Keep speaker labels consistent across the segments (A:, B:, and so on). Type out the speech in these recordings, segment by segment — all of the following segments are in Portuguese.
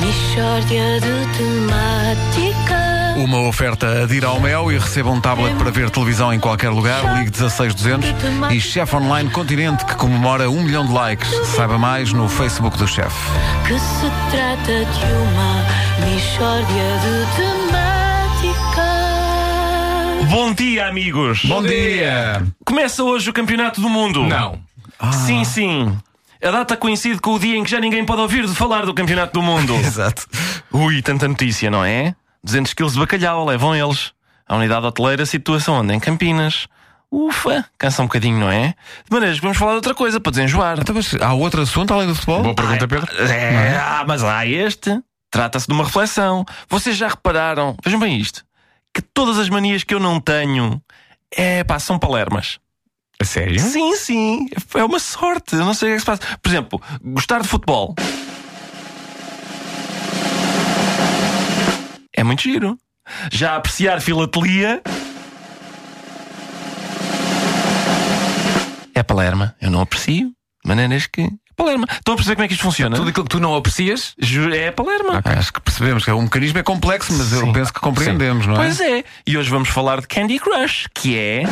A: Mistória de temática.
B: Uma oferta Adira ao Mel e receba um tablet para ver televisão em qualquer lugar, ligue 16200 e Chef Online Continente, que comemora um milhão de likes. Saiba mais no Facebook do Chef.
A: Que se trata de uma mistória de temática.
C: Bom dia, amigos!
D: Bom dia!
C: Começa hoje o Campeonato do Mundo! Ah.
D: Não.
C: Sim, sim. A data coincide com o dia em que já ninguém pode ouvir de falar do Campeonato do Mundo.
B: Exato.
C: Ui, tanta notícia, não é? 200 quilos de bacalhau, levam eles. A unidade hoteleira situa-se onde? Em Campinas. Ufa, cansa um bocadinho, não é? De maneiras que vamos falar de outra coisa, para desenjoar.
B: Então, mas há outro assunto além do futebol?
D: Boa pergunta, Pedro.
C: É, ah, mas há este. Trata-se de uma reflexão. Vocês já repararam, vejam bem isto, que todas as manias que eu não tenho, é pá, são palermas.
D: A sério?
C: Sim, sim. É uma sorte. Eu Não sei o que é que se passa. Por exemplo, gostar de futebol. É muito giro. Já apreciar filatelia. É Palerma. Eu não aprecio. De maneiras que. É Palerma. Estão a perceber como é que isto funciona?
D: Tudo aquilo que tu não aprecias,
C: Ju- É Palerma.
B: Acho que percebemos que o mecanismo é complexo, mas eu
C: Sim.
B: penso que compreendemos, não é?
C: Pois é. E hoje vamos falar de Candy Crush, que é.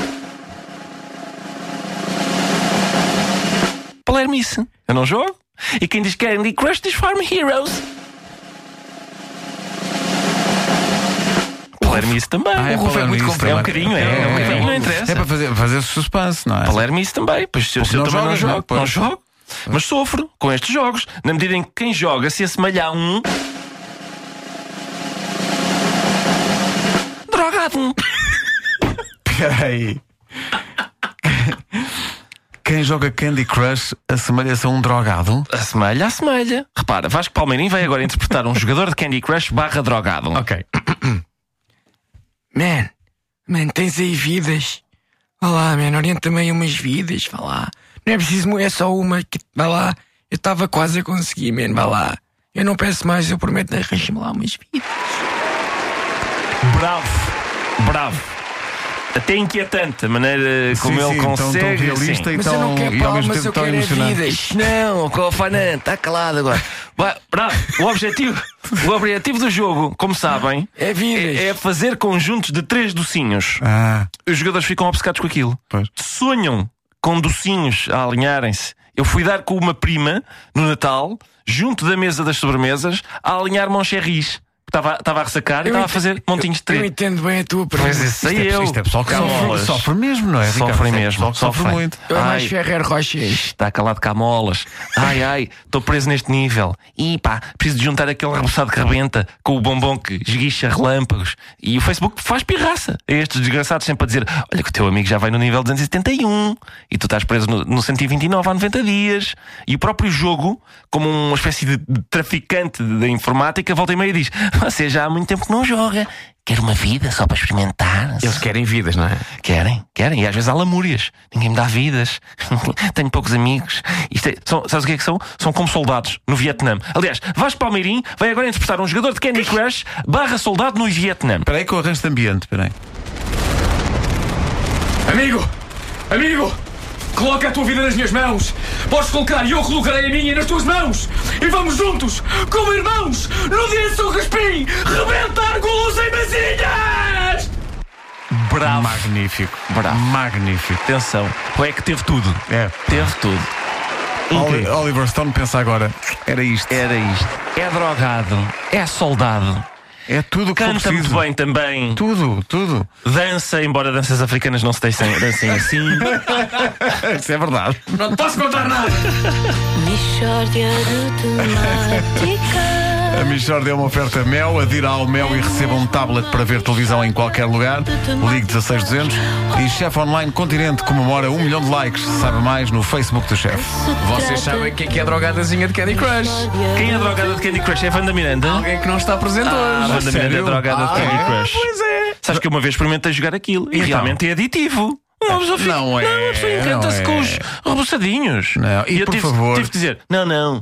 C: Palermice. Eu É não jogo. E quem diz Candy Crush diz Farm Heroes. Palermice também.
B: Ah,
C: O Ruf-
D: Rufo é muito
B: palermice
C: é um
B: também.
C: bocadinho, é, é um bocadinho, não interessa.
B: É para fazer, fazer suspense, não é?
C: Palermice também. Pois se eu, se eu
B: não
C: também não
B: jogas, não é?
C: jogo, não,
B: Pois.
C: jogo. Mas sofro com estes jogos, na medida em que quem joga se assemelha a um. Drogado!
B: Peraí. Quem joga Candy Crush assemelha-se a um drogado?
C: Assemelha, assemelha. Repara, Vasco Palmeirim vai agora interpretar um jogador de Candy Crush barra drogado.
D: Ok.
E: Man, man, tens aí vidas. Vá lá, man, orienta-me aí umas vidas, vá lá. Não é preciso, mu- é só uma que, vá lá. Eu estava quase a conseguir, man, vá lá. Eu não peço mais, eu prometo, arranja-me lá umas vidas.
C: Bravo, bravo. Até inquietante a maneira como
B: Sim,
C: ele
B: sim, tão- tão
C: consegue.
B: realista
C: sim.
B: e
E: Mas eu
B: tão
E: não quero
B: Então, e ao mesmo
E: palmas, eu
B: tempo tão
E: quero é
B: emocionante.
E: vidas.
C: Não, Cofanã, está tá calado agora. Vai, bravo, o objetivo, o objetivo do jogo, como sabem,
E: É vidas.
C: é fazer conjuntos de três docinhos.
B: Ah,
C: Os jogadores ficam obcecados com aquilo.
B: pois.
C: sonham com docinhos a alinharem-se. Eu fui dar com uma prima no Natal, junto da mesa das sobremesas, a alinhar Moncherris. Estava, estava a ressacar e
E: Eu
C: estava a
E: ent-
C: fazer montinhos de
E: Eu
C: três.
E: entendo bem a tua pergunta.
C: Pois isso aí eu.
B: Isto é pessoal que sofre,
C: Camolas.
B: sofre mesmo, não é? Ricardo?
C: Sofrem
B: Isto é
C: mesmo,
B: pessoal que Sofre
C: sofrem.
B: muito.
E: Eu é mais
C: Ai.
E: Ferrer Rochas.
C: Está calado camolas. Ai, ai, estou preso neste nível. E pá, preciso de juntar aquele reboçado que rebenta com o bombom que esguicha relâmpagos. E o Facebook faz pirraça. A estes desgraçados sempre a dizer: Olha, que o teu amigo já vai no nível 271 e tu estás preso no, no 129 há 90 dias. E o próprio jogo, como uma espécie de, de traficante da informática, volta e meia e diz: Você já há muito tempo que não joga. Quer uma vida só para experimentar?
D: querem vidas, não é?
C: Querem, querem. E às vezes há lamúrias. Ninguém me dá vidas. Tenho poucos amigos. Isto é- são, sabes o que é que são? São como soldados no Vietnã. Aliás, Vasco Palmeirim vai agora interpretar um jogador de Candy Crush barra soldado no Vietnã.
B: Espera aí que eu arranjo de ambiente, espera aí.
F: Amigo! Amigo! Coloca a tua vida nas minhas mãos! Podes colocar e eu colocarei a minha nas tuas mãos! E vamos juntos, como irmãos, no dia de São Raspim, rebentar golos em mesinhas!
C: Bravo.
B: Magnífico.
C: Bravo.
B: Magnífico.
C: Atenção. O é que teve tudo.
B: É.
C: Teve tudo.
B: Oli- Oliver Stone pensa agora. Era isto.
C: um Era isto. É drogado. É soldado.
B: É tudo o que for
C: Canta muito
B: preciso.
C: bem também.
B: Tudo, tudo.
C: Dança, embora danças africanas não se deixem dancem assim.
B: Isso é verdade.
F: Não te posso contar nada!
A: Mistória de temática.
B: A Michord é uma oferta Mel, adira ao Mel e receba um tablet para ver televisão em qualquer lugar. Ligue 16200 e Chef Online Continente comemora um milhão de likes. Saiba mais no Facebook do Chef.
D: Vocês sabem o que é que é a drogadazinha de Candy Crush.
C: Quem é drogada de Candy Crush? É a Wanda Miranda?
D: Alguém que não está presente
C: Ah,
D: hoje.
C: Wanda Miranda é drogada
B: Ah,
C: de Candy Crush.
D: Pois é.
C: Sabes que eu uma vez experimentei jogar aquilo e
B: Então?
C: realmente é aditivo. Uma pessoa fica,
B: Não é,
C: Não, a pessoa
B: não
C: encanta-se
B: é.
C: com os reboçadinhos.
B: Não, e
C: eu
B: por
C: tive,
B: favor-
C: tive de dizer: não, não,